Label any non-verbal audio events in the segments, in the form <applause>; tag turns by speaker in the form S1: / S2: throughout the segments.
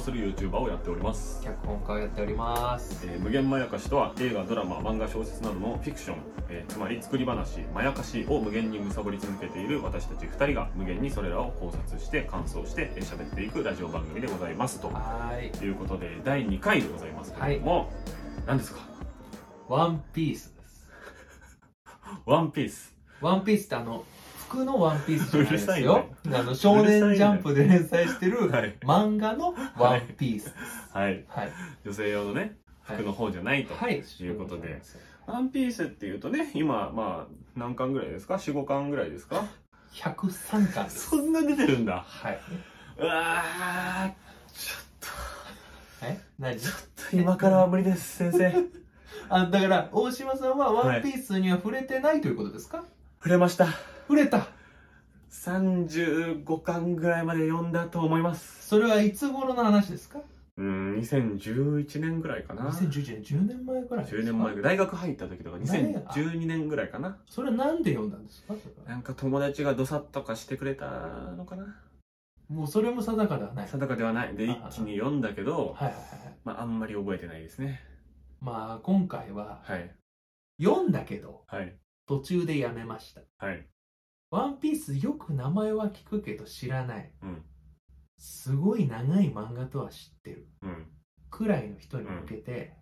S1: する YouTuber をやっております、
S2: 脚本家をやっております
S1: えー無限まやかしとは映画ドラマ漫画小説などのフィクション、えーつまり作り話まやかしを無限に貪り続けている私たち2人が無限にそれらを考察して感想してえー喋っていくラジオ番組でございますと
S2: はーい
S1: いうことで第2回でございますけれども、何ですか
S2: ワンピースです
S1: ワンピース
S2: ワンピースってあの服のワンピースじゃないで
S1: <laughs> う
S2: す
S1: るさ
S2: よ、あの少年ジャンプで連載してる
S1: はい
S2: 漫画のワンピースです
S1: はい
S2: はい
S1: 女性用のね
S2: はい
S1: 服の方じゃないと、
S2: はい
S1: いうことでワンピースっていうとね今まあ何巻ぐらいですか45巻ぐらいですか
S2: 103巻で
S1: <laughs>
S2: す
S1: そんな出てるんだ
S2: はい。
S1: うわーちょ
S2: え何
S1: っと今からは無理です先生
S2: あ、だから、大島さんは
S1: はい
S2: ワンピースには触れてないということですか、
S1: 触れました
S2: 触れた
S1: 35巻ぐらいまで読んだと思います
S2: それはいつ頃の話ですか
S1: うーん2011年ぐらいかな
S2: ?2011 年、10年前くらいですか
S1: 10年前ぐらい大学入った時とか2012年ぐらいかな
S2: それはなんで読んだんですか
S1: なんか友達がどさっとかしてくれたのかな
S2: もうそれも定かではない。はい
S1: 定かではないで
S2: あ
S1: 一気に読んだけど
S2: はいはい。
S1: まああんまり覚えてないですね
S2: まあ、今回は、
S1: はい
S2: 読んだけど、
S1: はい
S2: 途中でやめました。
S1: はい
S2: ワンピースよく名前は聞くけど知らない。
S1: うん
S2: すごい長い漫画とは知ってる。
S1: うん
S2: くらいの人に向けて、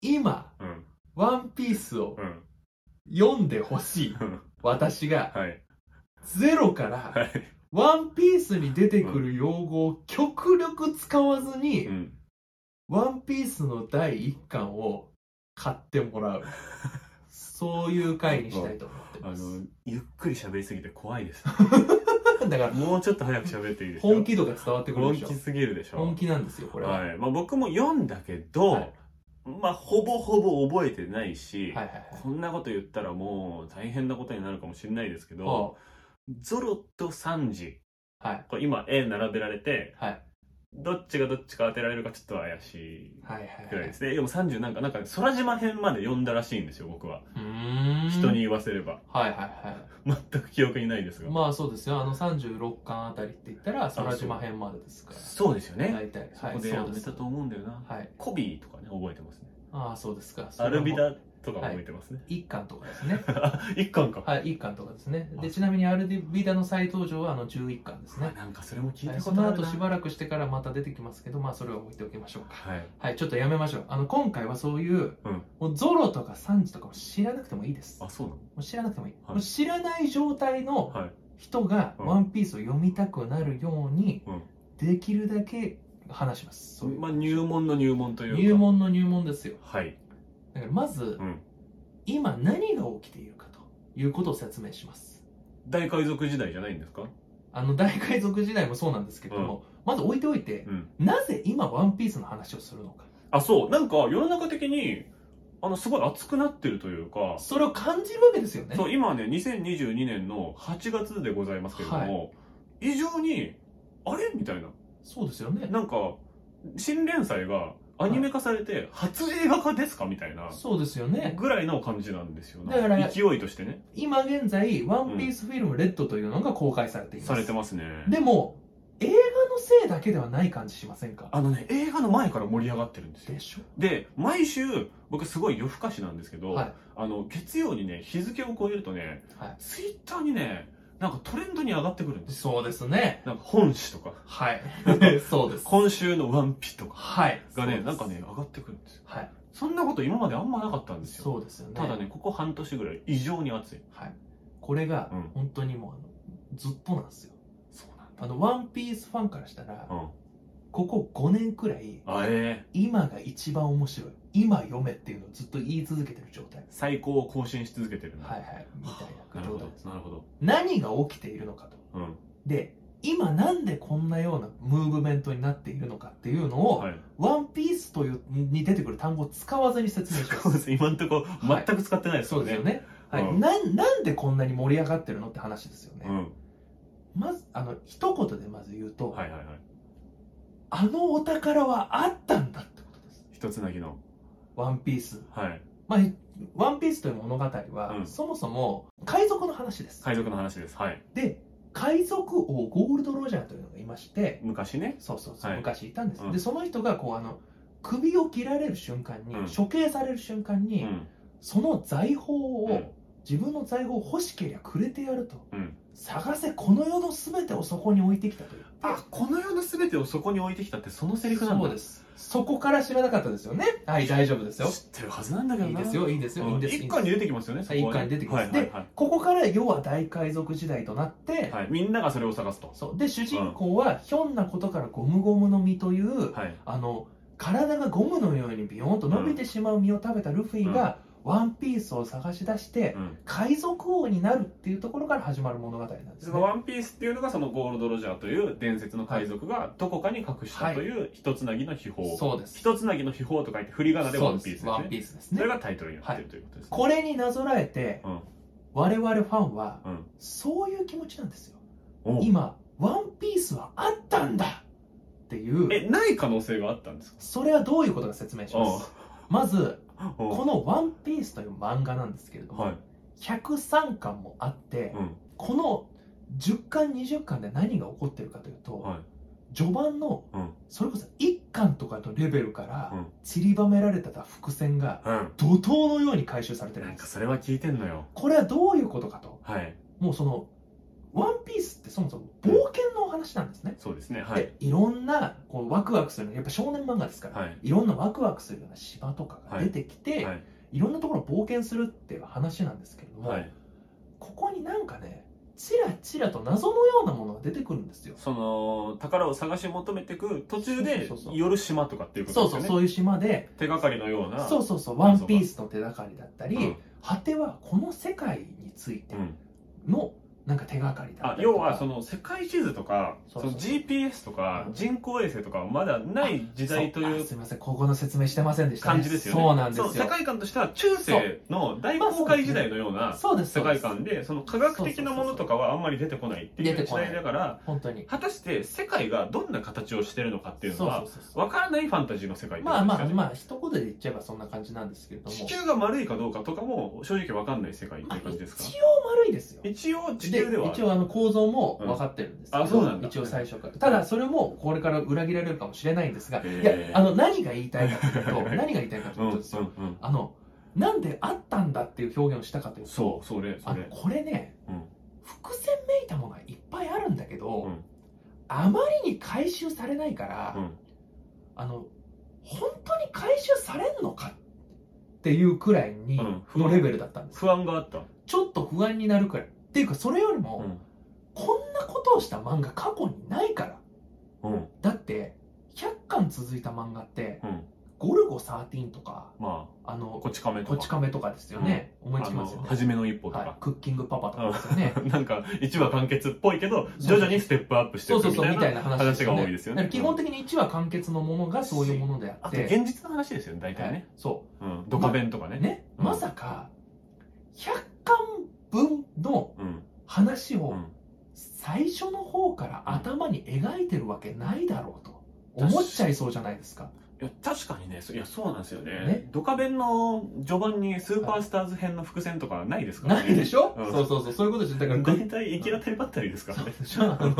S2: 今、
S1: うん
S2: ワンピースを
S1: うん
S2: 読んでほしい。
S1: うん
S2: 私が、
S1: はい
S2: ゼロから
S1: はい
S2: ワンピースに出てくる用語を極力使わずに、
S1: うん
S2: ワンピースの第1巻を買ってもらう。そういう回にしたいと思って
S1: あ
S2: ます
S1: の。ゆっくり喋りすぎて怖い
S2: <laughs>
S1: です
S2: だから、
S1: もうちょっと早く喋っていいですよ
S2: 本気度が伝わってくる
S1: 本
S2: でしょ
S1: 気。すぎるでしょ
S2: 本気なんですよ、これは。はい
S1: はいまあ、僕も読んだけど、
S2: はい
S1: まあほぼほぼ覚えてないし、
S2: はいはい。
S1: こんなこと言ったらもう大変なことになるかもしれないですけど、
S2: は
S1: ゾロとサンジ
S2: あはい。
S1: これ今絵並べられて
S2: はい。
S1: どっちがどっちか当てられるかちょっと怪しい
S2: はいはい
S1: くら
S2: は
S1: い
S2: い
S1: ですね、でも30なんかなんか空島編まで読んだらしいんですよ僕は、
S2: うーん。
S1: 人に。言わせれば
S2: はいはいは
S1: 全く記憶にないです
S2: い。
S1: が、
S2: まあそうですよ。あの36巻あたりって言ったら、
S1: そう
S2: 空島編までですから。
S1: そうですよね、
S2: 大体。
S1: そ
S2: は
S1: こ
S2: い、
S1: でや
S2: そう
S1: め
S2: です
S1: た。と思うんだよな、
S2: はい。
S1: コビーとかね覚えてますね
S2: ああ、そうですか。
S1: アルビ
S2: それも
S1: ダとか覚えてますね、
S2: 一巻とかですね。
S1: <laughs> 一巻か、
S2: はい、一巻とかですね。
S1: あ
S2: で、ちなみにアルディビダの再登場はあの11巻です
S1: まあ
S2: ね。
S1: なんかそれも聞い
S2: は
S1: た
S2: い、
S1: こ
S2: そ
S1: と
S2: の
S1: ある
S2: 後
S1: な、
S2: しばらくしてからまた出てきますけど、まあそれは置いておきましょうか。
S1: はい
S2: はい、ちょっとやめましょう。あの、今回はそういう、
S1: うん
S2: もうゾロとかサンジとかも知らなくてもいいです。も
S1: あそうな
S2: う知らなくてもいい。
S1: はい
S2: もう知らない状態の
S1: のはい
S2: 人が
S1: うん
S2: ワンピースを読みたくなるように
S1: うん、
S2: できるだけ話します。そういう
S1: まあ入門の入門というか
S2: 入門の入門ですよ。
S1: はい
S2: だからまず、
S1: うん
S2: 今何が起きているかということを説明します。
S1: 大海賊時代じゃないんですか
S2: あの大海賊時代もそうなんですけども、まず置いておいて、
S1: うん
S2: なぜ今ワンピースの話をするのか。
S1: あそうなんか世の中的にあのすごい熱くなってるというか
S2: それを感じるわけですよね。
S1: そう今ね2022年の8月でございますけれども、異常にあれみたいな
S2: そうですよね。
S1: なんか新連載がアニメ化されて初映画化ですかみたいな
S2: そうですよね。
S1: ぐらいの感じなんですよね
S2: だから
S1: 勢いとしてね
S2: 今現在、ワンピースフィルムレッドというのが公開されています。
S1: されてますね
S2: でも、映画のせいだけではない感じしませんか
S1: あのね映画の前から盛り上がってるんですよ
S2: でしょ
S1: で毎週僕すごい夜更かしなんですけど、
S2: はい
S1: あの月曜にね日付を超えるとね
S2: は
S1: ツイッターにねなんかトレンドに上がってくるんで
S2: い。
S1: すよ
S2: そうですね。
S1: なんか本誌とか <laughs>
S2: はい。そうです。
S1: 今週のワンピとか
S2: はい。
S1: が
S2: そう
S1: ね
S2: です
S1: なんかね。上がってくるんですよ
S2: はい。
S1: そんなこと今まであんまなかったんですよ
S2: そうですよね。
S1: ただねここ半年ぐらい異常に暑い
S2: はい、これが
S1: うん
S2: 本当にもうあのずっとなんですよ
S1: そうなん
S2: あの「ワンピースファンからしたら、
S1: うん
S2: ここ5年くらい
S1: あええ
S2: 今が一番面白い今読めっていうのをずっと言い続けてる状態
S1: 最高を更新し続けてるんだ
S2: はいはいみたい
S1: な
S2: な
S1: るほど
S2: 状態です
S1: なるほど
S2: 何が起きているのかと
S1: うん
S2: で今なんでこんなようなムーブメントになっているのかっていうのを、
S1: はい <laughs>
S2: ワンピースというに出てくる単語を使わずに説明し
S1: そう
S2: ま
S1: ですす今のところ全く使ってないです
S2: そ
S1: よ
S2: うです
S1: ね
S2: よね、はい
S1: うん
S2: ななんでこんなに盛り上がってるのって話ですよね、
S1: うん
S2: まずあの一言でまず言うと、
S1: はいはいはい
S2: あのお宝はあったんだってことです。
S1: 一つなぎの
S2: ワンピース。
S1: はい
S2: まあ、ワンピースという物語は、
S1: うん
S2: そもそも海賊の話です。
S1: 海賊の話ですはい
S2: で、海賊王ゴールド・ロジャーというのがいまして、
S1: 昔ね
S2: そうそうそう、
S1: はい
S2: 昔いたんです。
S1: うん
S2: で、その人がこうあの首を切られる瞬間に、
S1: うん
S2: 処刑される瞬間
S1: う
S2: に、
S1: ん
S2: その財宝を、
S1: うん
S2: 自分の財宝を欲しけりゃくれてやると、
S1: うん
S2: 探せこの世の全てをそこに置いてきたという
S1: あこの世の全てをそこに置いてきたってそのセリフなんだ
S2: そうですそこから知らなかったですよねはい大丈夫ですよ
S1: 知ってるはずなんだけど
S2: いい
S1: な
S2: で
S1: い
S2: すよいいですよいいんです
S1: 一
S2: いいんです
S1: 巻に出てきますよねそこはね
S2: 一巻に出てき
S1: は
S2: ます
S1: いはいはい
S2: ここから世は大海賊時代となって、
S1: はい、みんながそれを探すと。
S2: そうで主人公はひょんなことからゴムゴムの実という
S1: はい。
S2: あの体がゴムのようにビヨーンと伸びてしまう実を食べたルフィが、ワンピースを探し出して、
S1: うん。
S2: 海賊王になるっていうところから始まる物語なんで
S1: そ
S2: すね
S1: のワンピースっていうのがそのゴールド・ロジャーという伝説の海賊がどこかに隠したという一つなぎの秘宝。
S2: そうです
S1: 一つなぎの秘宝と書いて振り仮名でワンピースです
S2: そうですワ
S1: ね
S2: ン。ピースです
S1: それ
S2: ね
S1: がタイトルになっているということですね。
S2: これになぞらえて、
S1: うん
S2: 我々ファンは、
S1: うん
S2: そういう気持ちなんですよ
S1: おう
S2: 今ワンピースはあったんだっていう
S1: え、ない可能性があったんですか
S2: それはどういうことか説明しますまず
S1: おう
S2: この「ワンピースという漫画なんですけれども、
S1: はい。
S2: 103巻もあって、
S1: うん。
S2: この10巻20巻で何が起こってるかというと、
S1: はい。
S2: 序盤の、
S1: うん
S2: それこそ1巻とかのレベルから
S1: うん
S2: 散りばめられてた伏線が
S1: う
S2: 怒涛のように回収されて
S1: ん。
S2: る
S1: なんん
S2: で
S1: か
S2: す
S1: それは聞いてんのよ。
S2: これはどういうことかと
S1: はい。
S2: もうその「ワンピースってそもそも冒険のお話なんですね、
S1: そうですね。はい。
S2: でいろんなこうワクワクするやっぱ少年漫画ですから、
S1: はい。
S2: いろんなワクワクするような島とかが出てきて、
S1: はい
S2: い
S1: はい
S2: ろんなところを冒険するっていう話なんですけれども、
S1: はい。
S2: ここになんかねちらちらと謎のようなものが出てくるんですよ
S1: その、宝を探し求めていく途中で
S2: そうそうそうそう
S1: 寄る島とかっていうこ
S2: そ
S1: と
S2: う
S1: です
S2: そ
S1: よね。
S2: うそういう島で
S1: 手がかりのような。
S2: そうそうそう「ワンピースの手がかりだったり、
S1: うん
S2: 果てはこの世界について
S1: うん。
S2: のなんか手がかりだっ
S1: あ
S2: たりと
S1: 要
S2: か
S1: はその世界地図とかそ
S2: そうそう
S1: の GPS とか
S2: うん
S1: 人工衛星とかまだない時代とい
S2: そうあ
S1: う
S2: すみませんここの説明してませんでした、ね、
S1: 感じですよね
S2: そうなんですよ
S1: その世界観としては中世の大航海時代のような
S2: そうです
S1: 世界観でその科学的なものとかはあんまり出てこないってい
S2: 出
S1: う
S2: て
S1: 時
S2: こない
S1: 代だから
S2: 本当に
S1: 果たして世界がどんな形をしてるのかっていうのは
S2: そうそうそうそう
S1: 分からないファンタジーの世界って
S2: まあまあ
S1: あ
S2: まあ一言で言っちゃえばそんな感じなんですけれども
S1: 地球が丸いかどうかとかも正直分かんない世界っていう感じですか
S2: 一応丸いですよ
S1: 一応地球では
S2: 一応あの構造も分かってるんですけど、
S1: うんあそうなんだ
S2: 一応最初からただそれもこれから裏切られるかもしれないんですがいや
S1: へー
S2: あの何が言いたいかというと
S1: <laughs>
S2: 何が言いたいかと
S1: う
S2: い
S1: んう
S2: う
S1: ん
S2: と
S1: う
S2: ですよ、
S1: ん
S2: あのなんであったんだっていう表現をしたかというと
S1: そうそれそ
S2: あ
S1: れ
S2: のこれね、
S1: うん
S2: 伏線めいたものがいっぱいあるんだけど、
S1: うん
S2: あまりに回収されないから、
S1: うん
S2: あの本当に回収されんのかっていうくらいに
S1: うん
S2: のレベルだったんですよ、
S1: 不安があった
S2: ちょっと不安になるくらいっていうかそれよりも、
S1: うん
S2: こんなことをした漫画過去にないから
S1: うん
S2: だって100巻続いた漫画って
S1: うん
S2: 「ゴルゴ13」とか
S1: ま
S2: 「あ
S1: あ
S2: の
S1: こち亀と
S2: こ
S1: か
S2: ち亀」とかですよね、思いつきます
S1: あ
S2: よ
S1: の
S2: ね
S1: 初めの一歩と
S2: はい
S1: か、、
S2: クッキングパパとかですよね
S1: <laughs> なんか一話完結っぽいけど
S2: そ
S1: 徐
S2: う
S1: 々にステップアップして
S2: そ
S1: いう
S2: そ
S1: く
S2: う
S1: み
S2: そう
S1: たい
S2: みたい
S1: な
S2: な
S1: 話
S2: 話
S1: が多い
S2: <laughs>
S1: ですよ
S2: だから
S1: ね
S2: 基本
S1: 的
S2: 的に1話完結のものがそういうものであ
S1: あ
S2: っ
S1: と
S2: て
S1: 現実の話ですよね大体ね、
S2: そ
S1: うん、ドカベンとか
S2: う
S1: ね
S2: ね、
S1: うん
S2: まさか100巻分の
S1: うん
S2: 話
S1: う
S2: を
S1: ん
S2: 最初の方から頭に描いてるわけないだろうと思っちゃいそうじゃないですか
S1: いや確かにねそいやそうなんですよね
S2: ね
S1: ドカベンの序盤にスーパースターズ編の伏線とかないですからね
S2: ないでしょ、
S1: うん
S2: そうそうそうそういうことですだからグッ
S1: 大体行き当たりばったりですからね
S2: じゃああの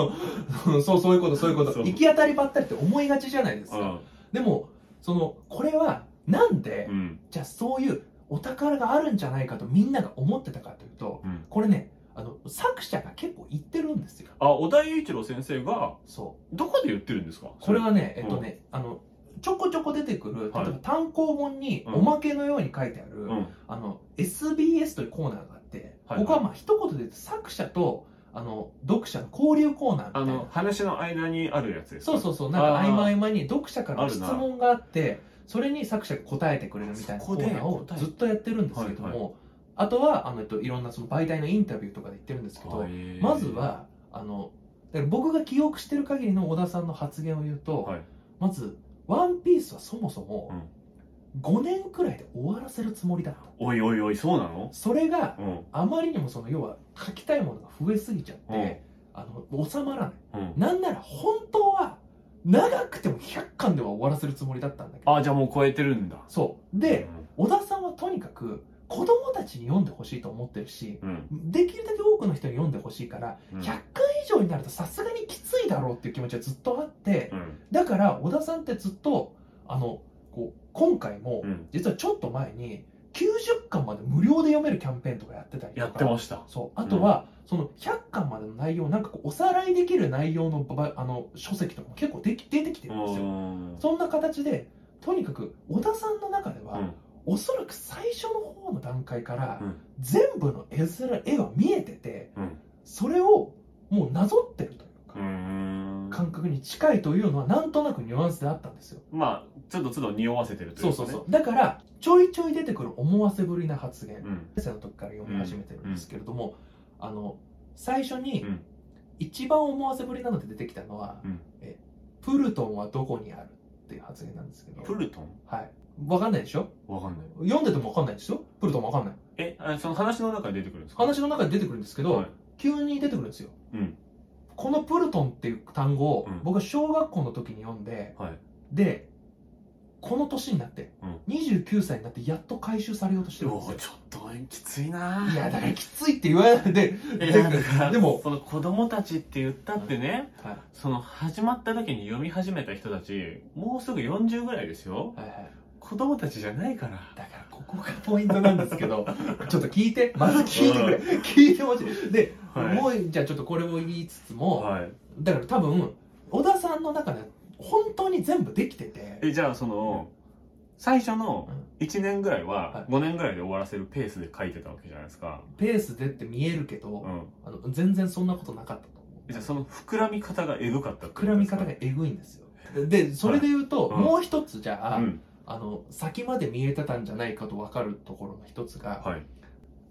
S2: <laughs> そうそういうことそういうこと
S1: そう
S2: 行き当たりばったりって思いがちじゃないです
S1: う
S2: か
S1: ん
S2: でもそのこれはなんで、
S1: うん
S2: じゃあそういうお宝があるんじゃないかとみんなが思ってたかというと
S1: うん
S2: これねあの作者が結構言ってるんですよ
S1: あ小田裕一郎先生が
S2: そう
S1: どこで言ってるんですか
S2: これはねえ
S1: うん
S2: っとね、あのちょこちょこ出てくる例
S1: はい
S2: えば単行本に
S1: うん
S2: おまけのように書いてある、
S1: うん
S2: あの SBS というコーナーがあって、
S1: はいはい
S2: 僕はまあ一言で言うと作者とあの読者の交流コーナーみた
S1: あ
S2: いな
S1: の話の間にあるやつですか
S2: そうそうそうなんか
S1: あ
S2: 合
S1: ー
S2: 間合間に読者からの質
S1: あるな
S2: 問があってそれに作者が答えてくれるみたいな
S1: そ
S2: コ
S1: こで
S2: ーナーを
S1: 答え
S2: ずっとやってるんですけども、
S1: はい
S2: あとはあの、えっと、いろんなその媒体のインタビューとかで言ってるんですけど、
S1: あへー
S2: まずはあのだから僕が記憶してる限りの小田さんの発言を言うと、
S1: はい
S2: まず「ワンピースはそもそも
S1: うん
S2: 5年くらいで終わらせるつもりだった
S1: おいおいおいそうなの
S2: それが
S1: うん
S2: あまりにもその要は書きたいものが増えすぎちゃって、あの収まらない
S1: うん
S2: なんなら本当は長くても100巻では終わらせるつもりだったんだけど
S1: あじゃあもう超えてるんだ
S2: そうで小田さんはとにかく子供たちに読んでほしいと思ってるし
S1: うん
S2: できるだけ多くの人に読んでほしいから
S1: うん
S2: 100巻以以上になるとさすがにきついだろうっていう気持ちはずっとあって
S1: うん
S2: だから小田さんってずっとあのこう今回も
S1: うん
S2: 実はちょっと前に90巻まで無料で読めるキャンペーンとかやってたりとか
S1: やってました
S2: そうあとは、その100巻までの内容なんかこうおさらいできる内容のばあの書籍とかも結構でき出てきてるんですよ
S1: ん
S2: そんな形でとにかく小田さんの中では、
S1: うん
S2: おそらく最初の方の段階から、
S1: うん
S2: 全部の絵面絵が見えてて
S1: うん
S2: それをもうなぞってるという
S1: う
S2: か、
S1: ん
S2: 感覚に近いというのはなんとなくニュアンスであったんですよ、
S1: まあちょっと都度匂わせてるとい
S2: そうう
S1: か
S2: そう
S1: ね
S2: そうだからちょいちょい出てくる思わせぶりな発言、
S1: うん
S2: 先生の時から読み始めてるんですけれども、あの最初に
S1: うん
S2: 一番思わせぶりなので出てきたのは、
S1: うん
S2: えプルトンはどこにあるっていう発言なんですけど
S1: プルトン
S2: はいわかんないでしょ
S1: わかんない
S2: 読んでてもわかんないですよプルトンもわかんない
S1: えあその話の中で出てくるんですか
S2: 話の中で出てくるんですけど、
S1: はい
S2: 急に出てくるんですよ、
S1: うん
S2: このプルトンっていう単語を
S1: うん
S2: 僕は小学校の時に読んで、
S1: はい
S2: でこの年になって、
S1: うん
S2: 29歳になってやっと回収されようとしてるんです
S1: う
S2: よ
S1: わちょっときついない
S2: やだからきついって言わないで、
S1: い
S2: で
S1: やだから
S2: <laughs> でも
S1: その子供たちって言ったってね、
S2: はい
S1: その始まった時に読み始めた人たちもうすぐ40ぐらいですよ
S2: はいはい、
S1: 子供たちじゃないから
S2: だからここがポイントなんです
S1: <laughs>
S2: けどちょっと聞いてまず聞いてくれ、聞いてほしいで、もうじゃあちょっとこれを言いつつも、
S1: はい
S2: だから多分小田さんの中で本当に全部できてて
S1: えじゃあその最初の1年ぐらい
S2: はい
S1: は5年ぐらいで終わらせるペースで書いてたわけじゃないですか、
S2: ペースでって見えるけど、
S1: うん、
S2: あの全然そんなことなかったと思う
S1: じゃあその膨らみ方がエグかったって
S2: 膨らみ方がえぐいんですよでそれで言うと、
S1: はいうん
S2: もう一つじゃあ,、
S1: うん
S2: あの先まで見えてたんじゃないかと分かるところの一つが、
S1: はい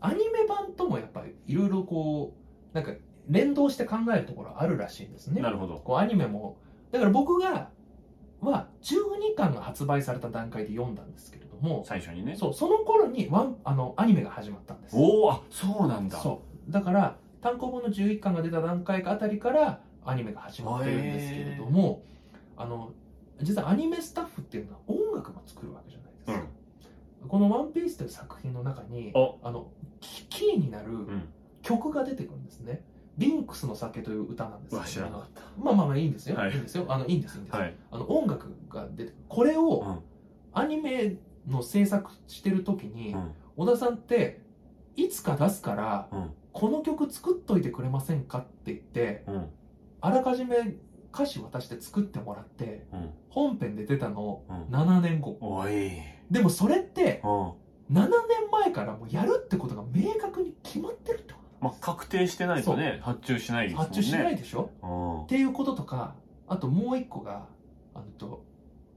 S2: アニメ版ともやっぱりいろいろこうなんか連動して考えるところあるらしいんですね
S1: なるほど
S2: こうアニメもだから僕がは12巻が発売された段階で読んだんですけれども
S1: 最初にね
S2: そうその頃にワンあのアニメが始まったんです
S1: おおあそうなんだ
S2: そうだから単行本の11巻が出た段階あたりからアニメが始まってるんですけれどもあの実はアニメスタッフっていうのは音楽も作るわけじゃないですか、この「ワンピースという作品の中に
S1: お
S2: あのキキーになる
S1: ん
S2: 曲が出てくるんですね「ビンクスの酒」という歌なんです
S1: うわ知
S2: け
S1: ら
S2: ど
S1: なかっ
S2: まあまあまあいいんですよ、
S1: はい
S2: い、いんですよあのいいんですいいんです、
S1: たはい
S2: あの音楽が出てこれを、
S1: うん
S2: アニメの制作してる時に、
S1: うん
S2: 小田さんっていつか出すから、
S1: うん
S2: この曲作っといてくれませんかって言って
S1: うん
S2: あらかじめ歌詞渡して作ってもらって
S1: うん
S2: 本編で出たの
S1: うん
S2: 7年後
S1: おい
S2: でもそれって
S1: うん
S2: 7年前からもうやるってことが明確に決まってるってこと
S1: まあ
S2: なんです、
S1: 確定してないとね発注しないですもんね
S2: 発注しないでしょ
S1: うん
S2: っていうこととかあともう一個があのと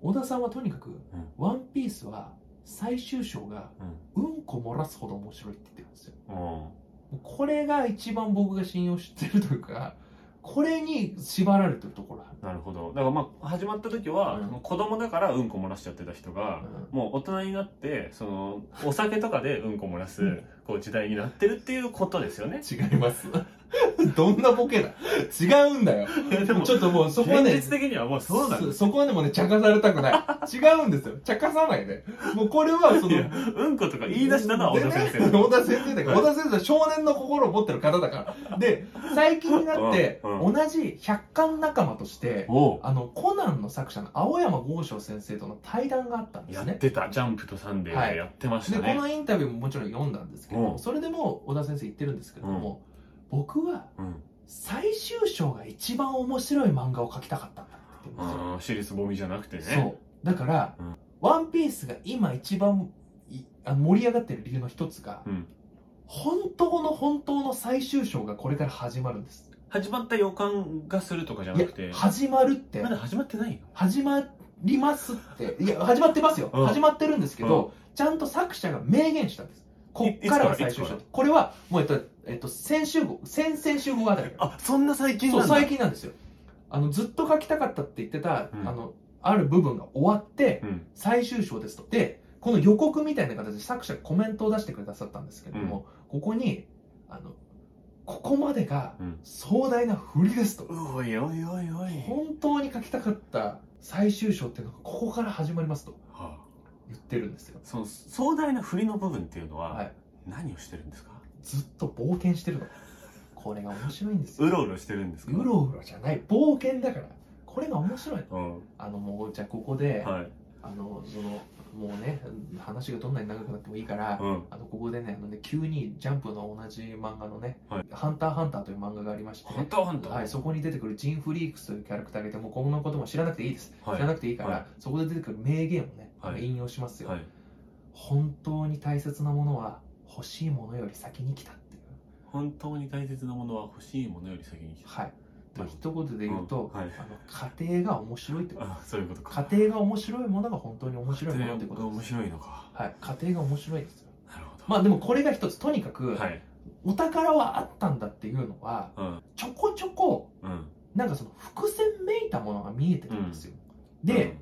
S2: 小田さんはとにかく
S1: ん
S2: 「ワンピースは最終章がうんこ漏らすほど面白いって言ってるんですよ
S1: うんうん
S2: もうこれが一番僕が信用してるというかこれに縛られてるところある
S1: なるほどだからまあ始まった時は、
S2: うん
S1: その子供だからうんこ漏らしちゃってた人が、
S2: う
S1: もう大人になってそのお酒とかでうんこ漏らすこう時代になってるっていうことですよね
S2: ん違います <laughs> どんなボケだ違うんだよ
S1: でも
S2: ちょっともうそこはね
S1: 現実的にはもうそうなん
S2: そ
S1: です
S2: そこはねもうね茶化されたくない違うんですよ茶化さないでもうこれはその
S1: いやうんことか言い出したのは小田先生
S2: でね小田先生だから、小田先生は少年の心を持ってる方だから。で、最近になって、
S1: うんう
S2: 同じ百巻仲間として、
S1: おう
S2: あの、コナンの作者の青山剛昌先生との対談があったんで
S1: や
S2: す
S1: っ
S2: ね。
S1: てた「ジャンプ」と「サンデー」でやってまし
S2: で、
S1: た
S2: こ
S1: ね、
S2: のインタビューももちろん読んだんですけど、
S1: うん
S2: それでも小田先生言ってるんですけれども、僕は
S1: うん
S2: 最終章が一番面白い漫画を描きたかったんだって言ってるんですよ。
S1: あー私立ぼみじゃなくてね
S2: そう。だから、
S1: うん
S2: ワンピースが今一番いあの盛り上がってる理由の一つが、
S1: うん
S2: 本当の本当の最終章がこれから始まるんです。
S1: 始まった予感がするとかじゃ
S2: い
S1: な
S2: や
S1: くて、
S2: 始まるって
S1: ま、だ始まってないよ
S2: 始まりますって、い
S1: <laughs>
S2: や、始まってますよ。
S1: うん
S2: 始まってるんですけど、ちゃんと作者が明言したんです。こっからが最終
S1: いつか
S2: 章
S1: ら。
S2: これは、もうえっと、えっと、先週号、先々週号あたりから
S1: あそんな最近
S2: そ
S1: な
S2: うん
S1: だ
S2: 最近なんですよあのずっと書きたかったって言ってた、
S1: うん
S2: あのある部分が終わって、
S1: うん
S2: 最終章ですとでこの予告みたいな形で作者がコメントを出してくださったんですけれども、ここにあのここまでが
S1: うん
S2: 壮大な振りですと、
S1: おいおいおいおい
S2: 本当に書きたかった最終章っていうのがここから始まりますと
S1: はあ
S2: 言ってるんですよ
S1: その壮大な振りの部分っていうのは、
S2: はい
S1: 何をしてるんですか
S2: ずっと冒険してるのこれが面白いんですよ
S1: うろうろしてるんですか
S2: うろうろじゃない冒険だからこれが面白いの
S1: うん
S2: あのもうじゃあここで、
S1: はい
S2: あのそのもうね話がどんなに長くなってもいいから、
S1: うん
S2: あのここでねあのね急にジャンプの同じ漫画のね「
S1: はい
S2: ハンターハンター」という漫画がありまして、
S1: ハンターハンター
S2: はい、そこに出てくるジン・フリークスというキャラクターがいてもうこのことも知らなくていいです、
S1: はい
S2: 知らなくていいから、
S1: はい
S2: そこで出てくる名言をね、
S1: はい
S2: 引用しますよ、
S1: はい
S2: 本当に大切なものは欲しいものより先に来たっていう
S1: 本当に大切なものは欲しいものより先に来た
S2: はい、ま
S1: う
S2: あ、
S1: ん
S2: 一言で言うと、
S1: うんはい
S2: あの家庭が面白いってこと
S1: あそういうことか
S2: 家庭が面白いものが本当に面白いものって
S1: こ
S2: こ
S1: とれ
S2: で
S1: 面
S2: す
S1: 白いのか
S2: はい、家庭が面白いですよ
S1: なるほど
S2: まあでもこれが一つとにかく、
S1: はい
S2: お宝はあったんだっていうのは
S1: うん
S2: ちょこちょこ
S1: うん
S2: なんかその伏線めいたものが見えてくるんですよ、で、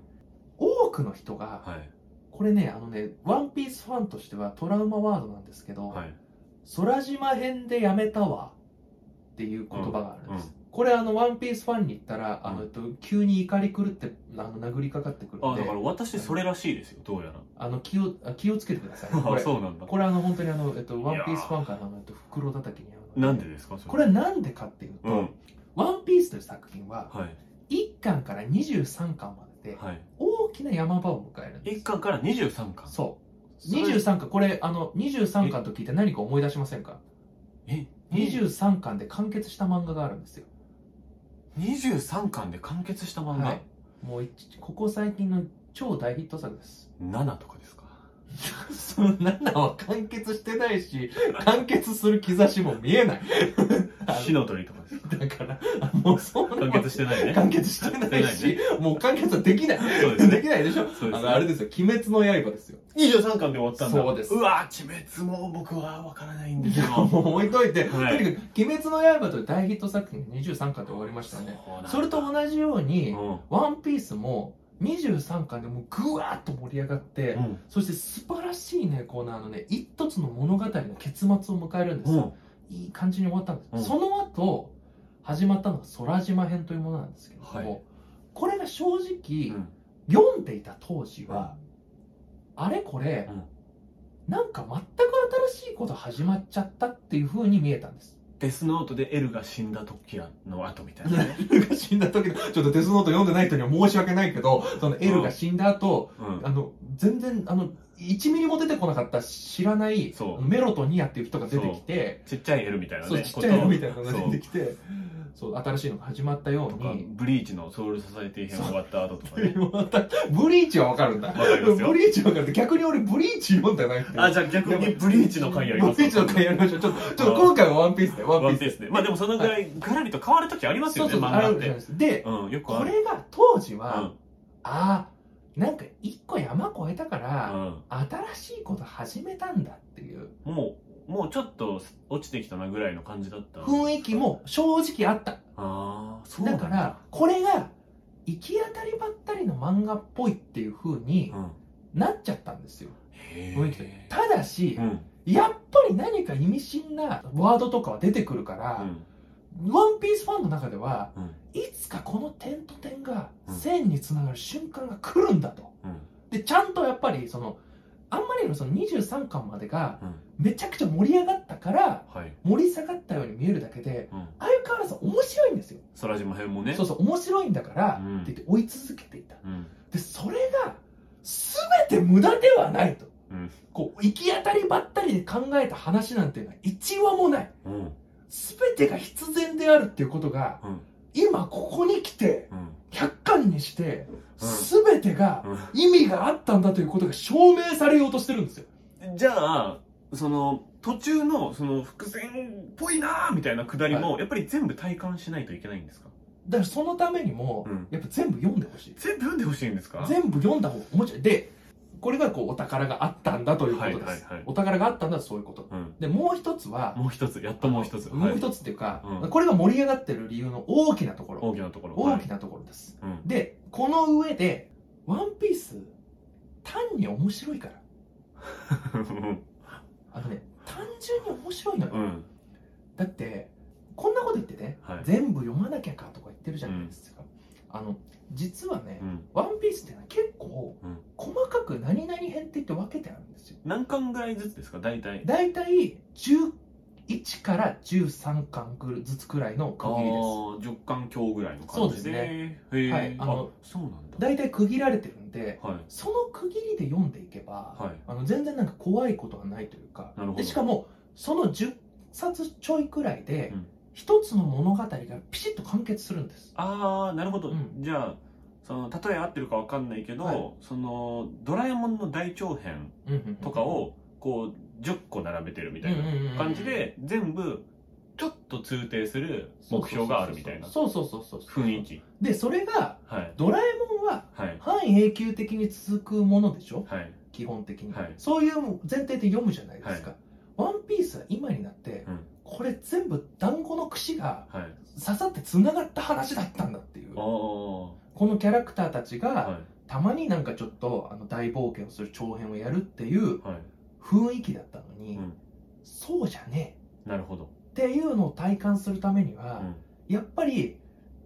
S2: 多くの人が
S1: うんはい
S2: これねあのね「ワンピースファンとしてはトラウマワードなんですけど、
S1: はい
S2: 空島編でやめたわっていう言葉があるんです、これあの「ワンピースファンに言ったら、あ
S1: うん
S2: のえっと急に怒り狂ってあの殴りかかってくる
S1: あ
S2: ん
S1: だ
S2: で
S1: から私それらしいですよどうやら
S2: あの気をあ気をつけてください
S1: <laughs>
S2: こ
S1: あ
S2: れ
S1: そうなんだ
S2: これあの本当にあの、えっと、ワンピース
S1: いやー
S2: ファンからの、えっと、袋叩きにあう
S1: なんでですかそ
S2: これはなんでかっていうと、
S1: うん
S2: ワンピースという作品は
S1: はい
S2: 1巻から23巻までで
S1: はい
S2: 大きな山場を迎えるんです
S1: 一巻から二十三巻
S2: そう
S1: それ
S2: 23巻これあの23巻と聞いて何か思い出しませんか
S1: え
S2: 23巻で完結した漫画があるんですよ
S1: 23巻で完結した漫画、
S2: はいもう一ここ最近の超大ヒット作です
S1: 7とか <laughs> ですか
S2: <laughs> その7は完結してないし完結する兆しも見えないあの
S1: 火の鳥とか
S2: <laughs>
S1: ですか
S2: だからもうそう
S1: 完結してないね
S2: 完結してないし、
S1: して
S2: もう完結はできない。
S1: そうですね
S2: できないでしょ
S1: そうで
S2: あ
S1: す
S2: の、あれですよ、鬼滅の刃ですよ。
S1: 23巻で終わったんだ
S2: そうです
S1: うわー鬼滅も僕は分からないんです <laughs>
S2: いや、
S1: よ
S2: もう <laughs> 置いといて、
S1: はい
S2: とにかく、鬼滅の刃という大ヒット作品が23巻で終わりましたね。
S1: うなんだ
S2: それと同じよう
S1: う
S2: に、
S1: ん
S2: ワンピースも23巻でもうぐわーっと盛り上がって、
S1: うん
S2: そして素晴らしいね、こうなあのね、一つの物語の結末を迎えるんです
S1: う
S2: よ。
S1: ん
S2: いい感じに終わったんです、
S1: うん
S2: その後始まったのが空島編というものなんですけれども、
S1: はい
S2: これが正直、
S1: うん
S2: 読んでいた当時は、あれこれ、
S1: うん
S2: なんか全く新しいこと始まっちゃったっていう風に見えたんです
S1: デスノートでエルが死んだ時の後みたいなね、
S2: <laughs> エルが死んだ時のちょっとデスノート読んでない人には申し訳ないけどそのエルが死んだ後、
S1: うん
S2: あの全然あの1ミリも出てこなかった知らない
S1: そう
S2: メロトニアっていう人が出てきて、
S1: <laughs> ちっちゃいエルみたいなね
S2: そうちっちゃいのみたいなのが
S1: そう
S2: 出てきてそう新しいのが始まったよ
S1: と
S2: う
S1: か
S2: に
S1: ブリーチのソウルソサエティ編終わった後とかね
S2: <laughs> またブリーチは分かるんだ
S1: わかりますよ
S2: ブリーチは分かるんだ逆に俺ブリーチ読んでないって
S1: あじゃあ逆にブリーチの回やります
S2: ブリーチの回やりましょうちょっとちょっと今回はワンピースでワ
S1: ワ
S2: ン
S1: ン
S2: ピ
S1: ピ
S2: ー
S1: ー
S2: ス
S1: スでまあでもそのぐらいガラリと変わる時ありますよね、漫
S2: あ
S1: 画っ
S2: るじゃな
S1: て
S2: いですかで
S1: うんよくあ
S2: こ
S1: る
S2: れが当時
S1: う
S2: は
S1: ん
S2: ああなんか一個山越えたか
S1: う
S2: ら
S1: ん
S2: 新しいこと始めたんだっていう
S1: もう、もうちょっと落ちてきたなぐらいの感じだった。
S2: 雰囲気。も正直あった
S1: ああ、そうな
S2: だ
S1: んだ。
S2: から、これが行き当たりばったりの漫画っぽいっていう風に
S1: うん。
S2: なっちゃったんですよ
S1: へ
S2: 雰囲気というただし
S1: うん。うん。
S2: やっぱり何か意味深なワードとかは出てくるから、ワンピースファンの中では
S1: うん。
S2: いつかこの点と点が
S1: うん
S2: 線につながる瞬間が来るんだと
S1: うん。
S2: でちゃんとやっぱりそのあんまりにもその23巻までが
S1: うん。
S2: めちゃくちゃ盛り上がったから
S1: はい。
S2: 盛り下がったように見えるだけで
S1: うん。
S2: 相変わらず面白いんですよ
S1: 空島編もね。
S2: そうそう面白いんだから、
S1: うん
S2: って言って追い続けていた
S1: うん。
S2: でそれが全て無駄ではないと、
S1: うん
S2: こう行き当たりばったりで考えた話なんていうのは一話もない
S1: うん。うん。
S2: 全てが必然であるっていうことが今ここに来て
S1: うん。
S2: 100巻にして
S1: う
S2: 全てが
S1: うん
S2: 意味があったんだということが証明されようとしてるんですよ
S1: じゃあ、その、途中の、その、伏線っぽいなーみたいなくだりも、やっぱり全部体感しないといけないんですか
S2: だからそのためにも
S1: うん
S2: やっぱ全部読んでほしい
S1: 全部読んでほしいんですか
S2: 全部読んだ方が面白いでこれがこうお宝があったんだということです、
S1: はいはいはい
S2: お宝があったんだとそういうこと
S1: うん。
S2: でもう一つは
S1: もう一つ、やっともう一つ。
S2: もう
S1: はい
S2: 一つっていうか、
S1: うん
S2: これが盛り上がってる理由の大きなところ
S1: 大きなところ。
S2: 大き
S1: な。
S2: なところです、
S1: うん。
S2: でこの上で「ワンピース単に面白いからあのね単純に面白いのよ、
S1: うん。
S2: だってこんなこと言ってね、
S1: はい
S2: 全部読まなきゃかとか言ってるじゃないですか、あの実はね
S1: うん。
S2: 「ワンピースってのは結構、
S1: うん
S2: 細かく何々編って言って分けてあるんですよ
S1: 何巻ぐらいずつですか大体
S2: だいたい11から13巻くるずつくらいの区切りです
S1: あー10巻強ぐらいの感じで
S2: そう
S1: へえ、
S2: はいあの
S1: そうなんだ
S2: 大体区切られてるんで
S1: はい
S2: その区切りで読んでいけば、
S1: はい
S2: あの全然なんか怖いことがないというか
S1: なるほど
S2: でしかもその10冊ちょいくらいで
S1: うん
S2: 一つの物語がピシッと完結するんです
S1: ああなるほど、
S2: うん
S1: じゃあその例え合ってるかわかんないけど、
S2: はい
S1: そのドラえもんの大長編とかをこう10個並べてるみたいな感じで全部ちょっと通底する目標があるみたいな
S2: そうそうそうそうそう
S1: 雰囲気
S2: でそれが
S1: はい
S2: ドラえもんは
S1: はい
S2: 半永久的に続くものでしょ
S1: はい
S2: 基本的に、
S1: はい
S2: そういう前提で読むじゃないですか、ワンピースは今になって、
S1: うん
S2: これ全部団子の串が
S1: はい
S2: 刺さってつながった話だったんだっていう
S1: あ
S2: こ
S1: あ
S2: のキャラクターたちが、
S1: は
S2: たまになんかちょっとあの大冒険をする長編をやるっていう
S1: いは
S2: 雰囲気だったのに、
S1: うん
S2: そうじゃね
S1: い
S2: え
S1: なるほど、
S2: っていうのを体感するために
S1: う
S2: は、
S1: ん
S2: やっぱり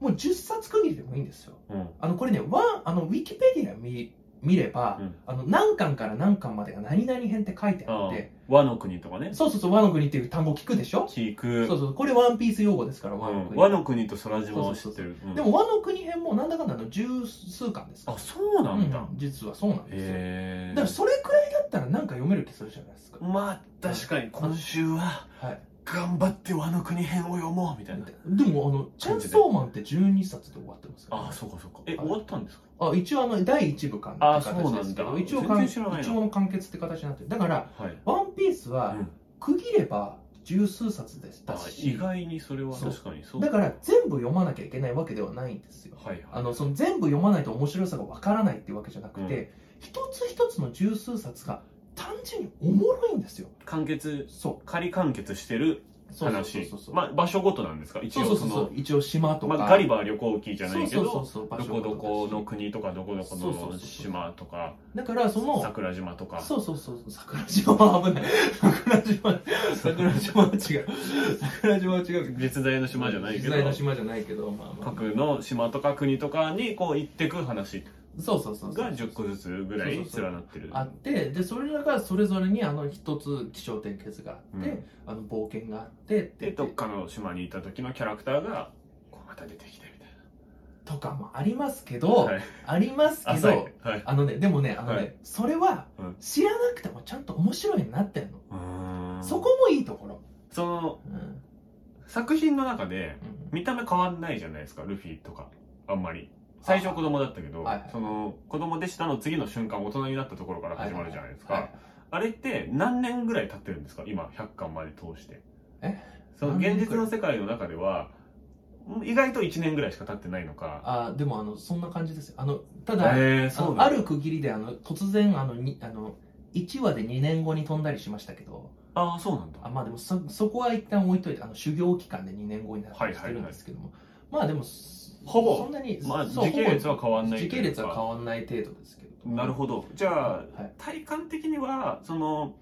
S2: もう10冊区切りでもいいんですよ
S1: うん、
S2: あのこれねワンあのウィキペディア見見れば、
S1: うん
S2: あの何巻から何巻までが何々編って書いてあ
S1: あ
S2: っ
S1: あ
S2: て
S1: 和の国とかね
S2: そうそうそう「和の国」っていう単語聞くでしょ
S1: 聞
S2: そ
S1: く
S2: うそうこれワンピース用語ですから和の
S1: うん
S2: 国、
S1: 和の国と空島を知ってるうん
S2: でも和の国編もなんだかんだの十数巻ですか
S1: あそう
S2: ら
S1: なんだ、
S2: うん実はそうなんですよ、
S1: へえ
S2: だからそれくらいだったらなんか読める気するじゃないですか、
S1: まあ確かに今週は
S2: はい、
S1: 頑張って和の国編を読もうみたいな
S2: でもあの「チェンソーマン」って12冊で終わってますから、
S1: ああそうかそうかえ
S2: はい
S1: 終わったんですか
S2: あ一応あの第1部完
S1: あ
S2: 結って
S1: そう
S2: 形
S1: な
S2: で
S1: ん
S2: すけ
S1: だ
S2: ど一応
S1: 全
S2: 完
S1: 然知らないな
S2: 一応の完結って形になってるだから
S1: はい
S2: 「ワンピースは
S1: うん
S2: 区切れば十数冊でし
S1: あ
S2: たし、
S1: 意外にそれは
S2: そう
S1: 確かにそう
S2: だから全部読まなきゃいけないわけではないんですよ
S1: はいはい
S2: あのその全部読まないと面白さがわからないっていうわけじゃなくて、一つ一つの十数冊が単純におもろいんですよ
S1: 完結
S2: そ
S1: 仮完結してる
S2: うそうそうそう
S1: 話
S2: そうそう、
S1: まあ場所ごとなんですか一
S2: そうそ
S1: 応
S2: う
S1: そ
S2: そうそ
S1: の
S2: う一応島と
S1: ま
S2: か、
S1: あガリバー旅行記じゃないけ
S2: そうそう
S1: ど
S2: そうそう場
S1: ど
S2: 所
S1: こどこ
S2: ごと
S1: の
S2: だし
S1: 国とかどこどこ
S2: そうそうそうそ
S1: の
S2: う
S1: 島とか
S2: だからその
S1: 桜島とか
S2: そうそうそう桜島は危ない桜島桜島は違う桜島は違うけど
S1: 実在の島じゃないけ
S2: 実
S1: ど
S2: 在の島じゃないけどまあまあ
S1: 各の島とか国とかにこう行ってく話
S2: そうそうそうそう
S1: が10個ずつぐらい連なってる
S2: あってでそれらがそれぞれにあの一つ気象点結があって、
S1: うん
S2: あの冒険があってって
S1: でどっかの島にいた時のキャラクターがこうまた出てきてみたい
S2: とかもありますけど、
S1: はい
S2: あります
S1: な
S2: け
S1: 浅い
S2: ど
S1: はい
S2: あのねでもねあのね、
S1: はい
S2: それは
S1: うん
S2: 知らなくてもちゃんと面白いになってんの、
S1: うーん
S2: そこもいいところ、
S1: その
S2: うん
S1: 作品の中で
S2: うん
S1: 見た目変わんないじゃないですかルフィとかあんまり最初は子供だったけど、
S2: はいはい
S1: その子供でしたの次の瞬間大人になったところから始まるじゃないですか、
S2: は
S1: あれって何年ぐらい経ってるんですか今100巻まで通して
S2: え
S1: その
S2: 何
S1: 現
S2: 年
S1: 実
S2: くらい
S1: の世界の中では意外と1年ぐらいしか経ってないのか
S2: あでもあのそんな感じですよあのただ、
S1: えー、
S2: あ
S1: そう
S2: の
S1: なん
S2: あ
S1: だ
S2: る区切りであの突然あのにあの1話で2年後に飛んだりしましたけど
S1: ああそうなんだ
S2: あまあでもそそこは一旦置いといてあの修行期間で2年後になったりして
S1: はい
S2: る
S1: はい
S2: ん
S1: はい
S2: ですけども、まあでもそ
S1: ほぼ
S2: そんなに、
S1: まあ
S2: そう
S1: 時系列は変わんない
S2: ほぼ時系列は
S1: というか
S2: 変わんない程度ですけど
S1: なるほどじゃあ
S2: はい
S1: 体感的にはその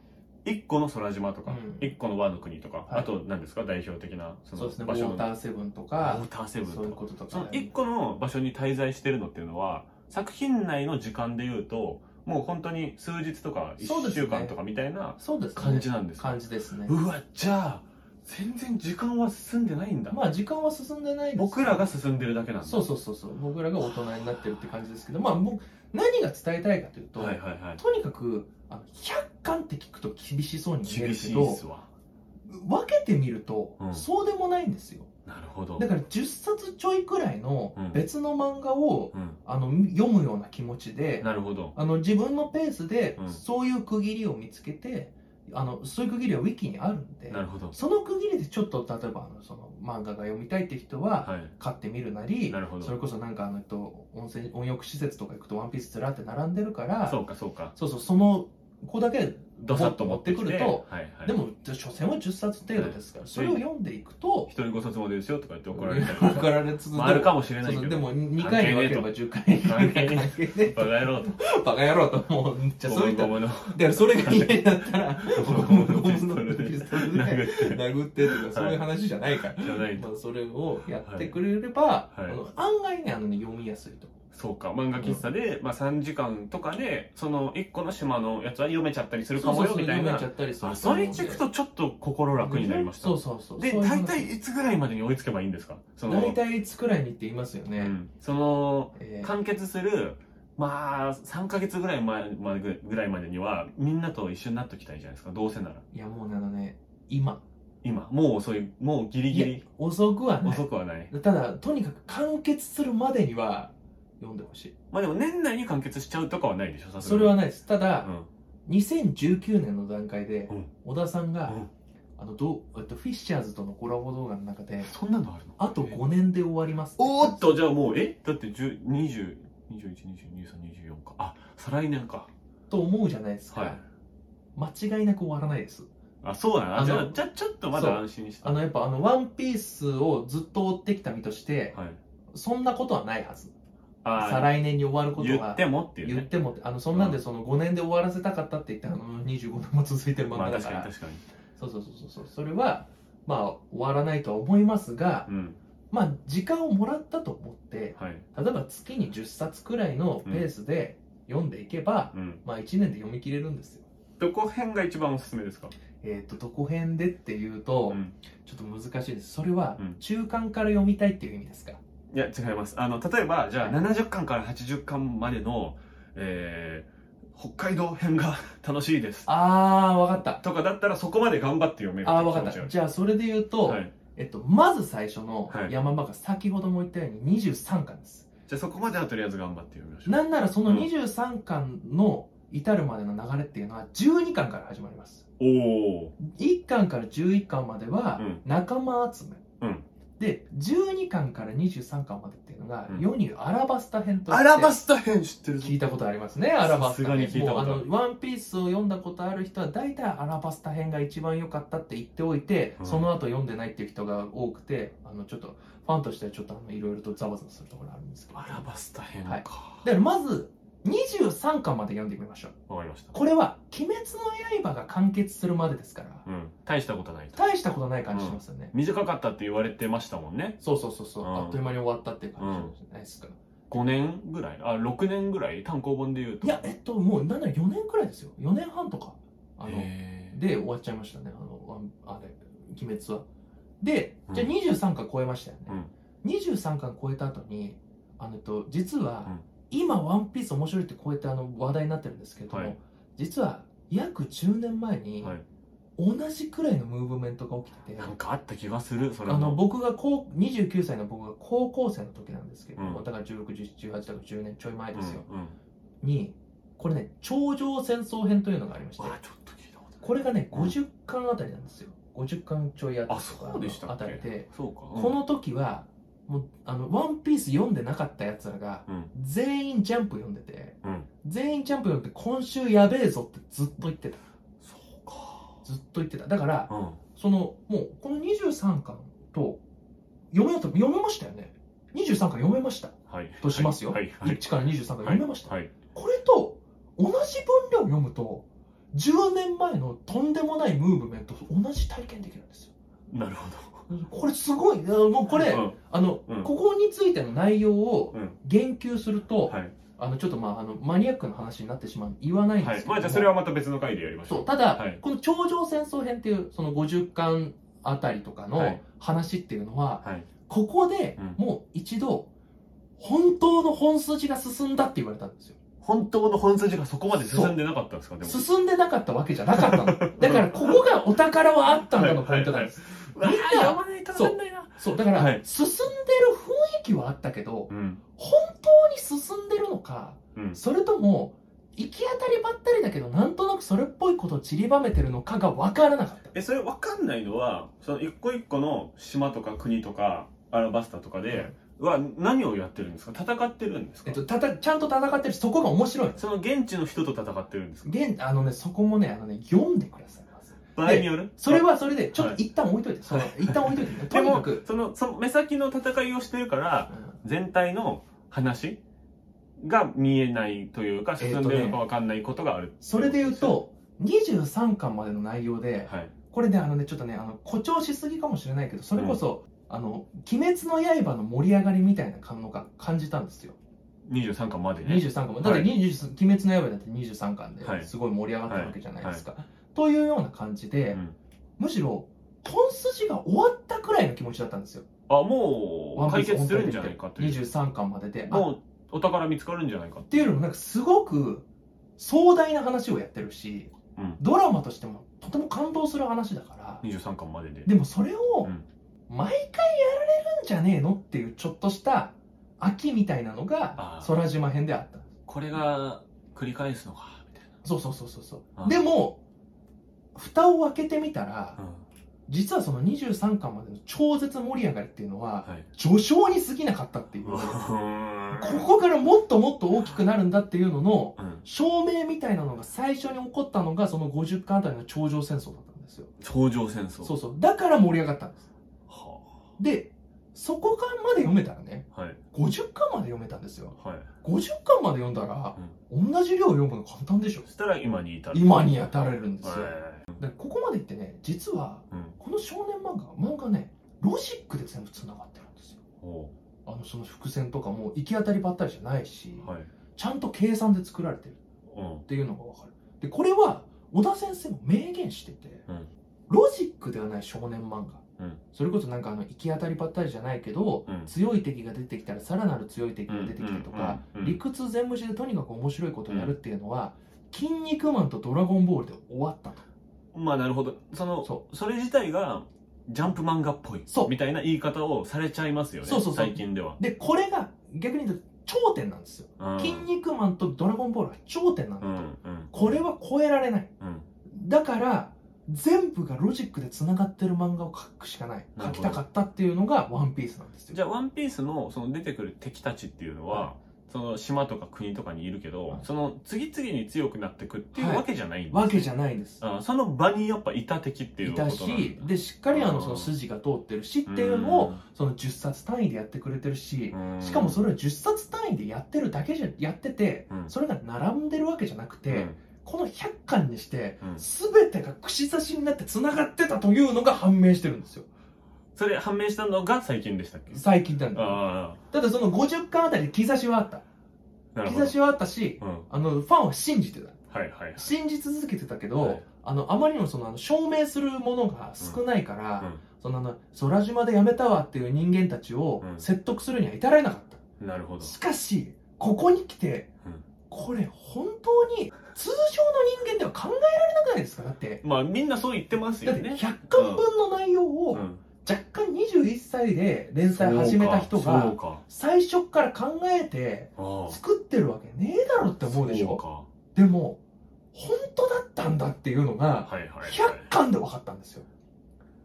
S1: 1個の空島とか、
S2: うん
S1: 1個の和の国とか、
S2: はい
S1: あと何ですか代表的なそ
S2: そう
S1: の
S2: ですねウ
S1: 場
S2: ォ
S1: 所
S2: ー
S1: の
S2: ターセブンと
S1: ウォ
S2: か
S1: ーターセブン
S2: そういう
S1: とか
S2: こととか
S1: その1個の場所に滞在してるのっていうのは作品内の時間でいうともう本当に数日とか
S2: そう
S1: 1
S2: ですね
S1: 週間とかみたいな
S2: そうですね
S1: 感じなんですか
S2: 感じですね
S1: うわじゃあ全然時間は進んでないんだ、
S2: まあ時間は進んでないです
S1: 僕らが進んでるだけなんだ
S2: そうそうそうそう僕らが大人になってるって感じですけどまあ僕何が伝えたいかというと、
S1: はいはいはい
S2: とにかくあの100巻って聞くと厳しそうに見え
S1: 厳
S2: るけ
S1: しいっ
S2: ど
S1: すわ
S2: 分けてみると、
S1: うん
S2: そうでもないんですよ
S1: なるほど
S2: だから10冊ちょいくらいの
S1: うん
S2: 別の漫画を、
S1: うん
S2: あの読むような気持ちで
S1: なるほど
S2: あの自分のペースで
S1: うん
S2: そういう区切りを見つけて、あのそういう区切りはウィキにあるんで
S1: なるほど
S2: その区切りでちょっと例えばあのその漫画が読みたいって人は
S1: はい
S2: 買ってみるなり、
S1: なるほど
S2: それこそなんかあのえっと温泉温浴施設とか行くとワンピースずらって並んでるから
S1: そうかそうか
S2: そうそうその子だけ
S1: どさっと持ってき
S2: 持って
S1: て
S2: くると
S1: はいはい、
S2: でも所詮は10冊程度ですから、それを読んでいくと
S1: 一人5冊までですよとか言って怒られたりと
S2: 怒
S1: から
S2: れ続
S1: まあ、あ
S2: け
S1: る
S2: る
S1: かもしれな
S2: そう
S1: い
S2: そ
S1: け
S2: うで
S1: ど
S2: も2回に分ければ10回に分ければ関係ね
S1: バカ野郎と
S2: バカ野郎と思うじゃあそういった
S1: ゴムの
S2: だからそれが嫌になったら
S1: ゴ
S2: ゴ
S1: ム
S2: ム
S1: の
S2: の
S1: ピ
S2: ピ
S1: ス
S2: ス
S1: ト
S2: ト
S1: ル
S2: ル
S1: で
S2: で
S1: 殴って
S2: 殴ってとかそういう話じゃないから、
S1: じゃないと
S2: まあ、それをやってくれれば、
S1: いはい
S2: あの案外ねあのね読みやすいと思う
S1: そうか漫画喫茶で、まあ、3時間とかでその1個の島のやつは読めちゃったりするかもよみたいな
S2: ちゃったりす
S1: あ
S2: る
S1: それ聞くとちょっと心楽になりました
S2: そうそうそう
S1: で
S2: そういう
S1: 大
S2: 話
S1: 体いつぐらいまでに追いつけばいいんですかその
S2: 大体いつくらいにって言いますよね、
S1: うんその
S2: えー
S1: 完結するまあ3ヶ月ぐらい前までぐらいまでにはみんなと一緒になっときたいじゃないですかどうせなら
S2: いやもうねあのね今
S1: 今もう遅いもうギリギリ
S2: 遅くはない
S1: 遅くはない
S2: ただとにかく完結するまでには読んでほしい
S1: まあでも年内に完結しちゃうとかはないでしょさすが
S2: そ
S1: に
S2: れはないですただ、
S1: うん
S2: 2019年の段階で、
S1: うん
S2: 小田さん
S1: う
S2: が、
S1: ん
S2: あのどうえっとフィッシャーズとのコラボ動画の中で
S1: そんなのあるの
S2: あと5年で終わりますて
S1: おーっとじゃあもうえだって10 20 21 22 23 24かあ再来年か
S2: と思うじゃないですか、
S1: はい
S2: 間違いなく終わらないです
S1: あそうだな
S2: あの
S1: じゃあじゃあちょっとま
S2: そう
S1: だ安心して
S2: あのやっぱあの「ワンピースをずっと追ってきた身として
S1: はい
S2: そんなことはないはず
S1: あ
S2: 再来年に終わること
S1: 言
S2: は
S1: ってもっていう
S2: 言っ
S1: ね
S2: てもあのそんなんでその5年で終わらせたかったって言ってあの25年も続いてる
S1: ま
S2: 漫画
S1: あ
S2: だ
S1: 確
S2: か、
S1: からに確かに
S2: そうそうそうそうそうそれはまあ終わらないとは思いますが
S1: うん
S2: まあ時間をもらったと思って
S1: はい
S2: 例えば月に10冊くらいのペースで読んでいけば、
S1: うん
S2: まあ1年で読み切れるんですよ
S1: どこ辺が一番おすすめですか
S2: えっ、とどこ辺でっていうと、
S1: うん
S2: ちょっと難しいですそれは
S1: うん
S2: 中間から読みたいっていう意味ですか、
S1: いや違いますあの例えばじゃあ70巻から80巻までのえー北海道編が楽しいです
S2: ああわかった
S1: とかだったらそこまで頑張って読める
S2: ああわかっ
S1: 気持ち
S2: た
S1: が
S2: じゃあそれで言うと、
S1: はい、
S2: えっと、まず最初の
S1: はい
S2: 山場が先ほども言ったように23巻です
S1: じゃあそこまではとりあえず頑張って読みましょう
S2: なんならその
S1: うん
S2: 23巻の至るまでの流れっていうのは12巻から始まります
S1: おお
S2: 1巻から11巻までは
S1: うん
S2: 仲間集め、
S1: うん
S2: で12巻から23巻までっていうのが
S1: うん
S2: 世に言うアラバスタ編と
S1: アラバスタ編知ってるぞ
S2: 聞いたことありますねアラバスタ
S1: さ
S2: 編
S1: すがに聞いたことある
S2: もうあのワンピースを読んだことある人は大体アラバスタ編が一番良かったって言っておいて、
S1: うん
S2: その後読んでないっていう人が多くてあのちょっとファンとしてはちょっとあのいろいろとざわざわするところあるんですけど
S1: アラバスタ編か
S2: はい
S1: わ、
S2: だからまず23巻まで読んでみましょう
S1: かりました
S2: これは「鬼滅の刃」が完結するまでですから
S1: うん大したことないと
S2: 大したことない感じしますよね、
S1: 短かったって言われてましたもんね
S2: そうそうそうそう、
S1: うん
S2: あっという間に終わったっていう感じじゃないですか、
S1: 5年ぐらいあ6年ぐらい単行本で言うと
S2: いやえっともうなんなら4年くらいですよ4年半とかあの
S1: へー
S2: で終わっちゃいましたねあのワンあれ鬼滅はでじゃあ
S1: うん
S2: 23巻超えましたよね、23巻超えた後にあのえっと実は、
S1: うん
S2: 今「ワンピース面白いってこうやってあの話題になってるんですけれども、
S1: はい
S2: 実は約10年前に、
S1: はい
S2: 同じくらいのムーブメントが起きてて
S1: なんかあった気がするそれ
S2: あの
S1: も
S2: 僕が高29歳の僕が高校生の時なんですけど、
S1: うん
S2: だから1618だから10年ちょい前
S1: うん
S2: ですよ、
S1: うん
S2: にこれね頂上戦争編というのがありまして
S1: あちょっと聞いたことない
S2: これがね
S1: うん
S2: 50巻あたりなんですよ50巻ちょいあたり
S1: あそうでしたっけ
S2: あたりで、
S1: そうか、
S2: この時はもうあのワンピース読んでなかったやつらが、
S1: うん
S2: 全員ジャンプ読んでて、
S1: うん
S2: 全員ジャンプ読んで今週やべえぞってずっと言ってた
S1: そうか
S2: ずっと言ってただから、
S1: うん
S2: そのもうこの23巻と読めようと読めましたよね23巻読めました、
S1: はい
S2: としますよ
S1: はいはい
S2: 1から23巻読めました、
S1: はい
S2: これと同じ分量読むと10年前のとんでもないムーブメントと同じ体験できるんですよ
S1: なるほど
S2: これすごいいやもうこれ、
S1: うん
S2: あの、
S1: うん
S2: ここについての内容を
S1: うん
S2: 言及すると、
S1: はい
S2: あのちょっとまああのマニアックな話になってしまう言わないんで
S1: は
S2: す
S1: い
S2: けど
S1: まあ
S2: も、
S1: じゃあそれはまた別の回でやりましょ
S2: そううただ、
S1: はい
S2: この頂上戦争編っていうその50巻あたりとか
S1: は
S2: の
S1: い
S2: 話っていうのは、
S1: はい
S2: ここで
S1: うん
S2: もう一度本当の本筋が進んだって言われたんですよ
S1: 本当の本筋がそこまで進んでなかったんですかでも
S2: 進んでなかったわけじゃ
S1: <laughs>
S2: なかったのだからここがお宝はあったんだのポイントなんです、
S1: はいはいはい
S2: みんな
S1: うわーやばないとわかんないな
S2: そうだから、
S1: はい
S2: 進んでる雰囲気はあったけど
S1: うん
S2: 本当に進んでるのか
S1: うん
S2: それとも行き当たりばったりだけどなんとなくそれっぽいことを散りばめてるのかが分からなかった
S1: えそれ分かんないのはその一個一個の島とか国とかアラバスタとかで、は何をやってるんですか戦ってるんですか、
S2: えっと、たたちゃんと戦ってるしそこが面白いの
S1: その現地の人と戦ってるんですか
S2: 現あのねそこもねあのね読んでくださいまず
S1: 場合による
S2: それはそれでちょっ
S1: は
S2: と
S1: い
S2: 一旦置いといて、その一旦置いといてと
S1: で
S2: にか
S1: も
S2: く、
S1: そのその目先の戦いをしてるから
S2: うん
S1: 全体の話が見えないというか
S2: えー
S1: 進
S2: とね
S1: んでるのか分かんないことがある、
S2: それで言うと23巻までの内容で
S1: はい
S2: これねあのねちょっとねあの誇張しすぎかもしれないけどそれこそ「あの鬼滅の刃」の盛り上がりみたいな感のが感じたんですよ
S1: 23巻までね
S2: 23巻もだっ
S1: は
S2: て
S1: い
S2: 23鬼滅の刃」だって23巻
S1: は
S2: で
S1: い
S2: すごい盛り上がったわけじゃないですか。というような感じで、
S1: うん
S2: むしろ本筋が終わったくらいの気持ちだったんですよ。
S1: あもう
S2: ワン
S1: 解
S2: ピース
S1: 決するんじゃないかという
S2: 23巻までで。あっ
S1: もうお宝見つかるんじゃないかって
S2: いうのもなんかすごく壮大な話をやってるし、
S1: うん
S2: ドラマとしてもとても感動する話だから、
S1: 23巻までで
S2: でもそれを
S1: うん
S2: 毎回やられるんじゃねえのっていうちょっとした秋みたいなの
S1: あ
S2: が
S1: ー
S2: 空島編であった。
S1: これが繰り返すのかみたい
S2: そうそうそうそうそううんでも蓋を開けてみたら、
S1: な、
S2: 実はその23巻までの超絶盛り上がりっていうのは
S1: はい
S2: 序章に過ぎなかったっていう
S1: こ
S2: ここからもっともっと大きくなるんだっていうのの
S1: うん、
S2: 証明みたいなのが最初に起こったのがその50巻あたりの頂上戦争だったんですよ
S1: 頂上戦争
S2: そうそうだから盛り上がったんです
S1: は
S2: でそこ巻まで読めたらね
S1: あはい
S2: 50巻まで読めたんですよ
S1: はい
S2: 50巻まで読んだら、同じ量読むの簡単でしょ
S1: そしたら今に至る
S2: 今に当たれるんですよ、
S1: はい
S2: だからここまでいってね実は
S1: うん
S2: この少年漫画漫画ねロジックで全部つながってるんですよ
S1: お
S2: あのその伏線とかも行き当たりばったりじゃないし、
S1: うはい
S2: ちゃんと計算で作られてる
S1: うん
S2: っていうのが分かるでこれは小田先生も明言してて、
S1: うん
S2: ロジックではない少年漫画、
S1: うん
S2: それこそなんかあの行き当たりばったりじゃないけど
S1: うん
S2: 強い敵が出てきたらさらなる強い敵が出てきてとか、
S1: うんうんうん
S2: 理屈全無視でとにかく面白いことをやるっていうのは「筋肉マン」と「ドラゴンボール」で終わったと
S1: まあなるほどその
S2: そ
S1: それ自体がジャンプ漫画っぽい
S2: そう
S1: みたいな言い方をされちゃいますよね
S2: そうそうそう
S1: 最近では
S2: でこれが逆に言うと頂点なんですよ
S1: うん
S2: 筋肉マンとドラゴンボールは頂点なんだ
S1: う
S2: と、
S1: んうん
S2: これは超えられない
S1: うん
S2: だから全部がロジックでつながってる漫画を描くしかない
S1: なる
S2: 描
S1: ほど
S2: きたかったっていうのが「ワンピースなんですよ
S1: じゃあ「ワンピースのその出てくる敵たちっていうのは、
S2: は
S1: その島とか国とかにいるけど、
S2: はい
S1: その次々に強くなってくっていう
S2: はい
S1: わけじゃないんです
S2: わけじゃないんです
S1: あその場にやっぱいた敵っていう
S2: い
S1: ことな
S2: た
S1: んだ
S2: しでしっかりあ
S1: う
S2: の
S1: ん
S2: その筋が通ってるしっていうのをその10冊単位でやってくれてるし
S1: うん
S2: しかもそれは10冊単位でやってるだけじゃやってて
S1: うん
S2: それが並んでるわけじゃなくて、この100巻にして
S1: うんうん
S2: 全てが串刺しになってつながってたというのが判明してるんですよ
S1: それ判明したのが最近でしたっけ
S2: 最近なんだ
S1: あ
S2: ただその50巻あたりで兆しはあった
S1: あなるほど
S2: 兆しはあったし
S1: うん
S2: あのファンは信じてた
S1: はいはい
S2: 信じ続けてたけど、
S1: はい
S2: あのあまりにもそのあの証明するものが少ないから、
S1: うんうん
S2: そのあの空島でやめたわっていう人間たちを
S1: うん
S2: 説得するには至られなかった、
S1: なるほど
S2: しかしここに来て、
S1: うん
S2: これ本当に通常の人間では考えられなくないですかだって
S1: まあみんなそう言ってます
S2: だ
S1: よ
S2: って
S1: ね
S2: 100巻分の内容
S1: う
S2: を
S1: ん
S2: 若干21歳で連載始めた人
S1: そ
S2: が
S1: うか
S2: 最初から考えて
S1: そうかああ
S2: 作ってるわけねえだろって思うでし
S1: そう
S2: ょ
S1: か
S2: でも本当だったんだっていうの
S1: は
S2: が
S1: いはいはい
S2: 100巻で分かったんですよ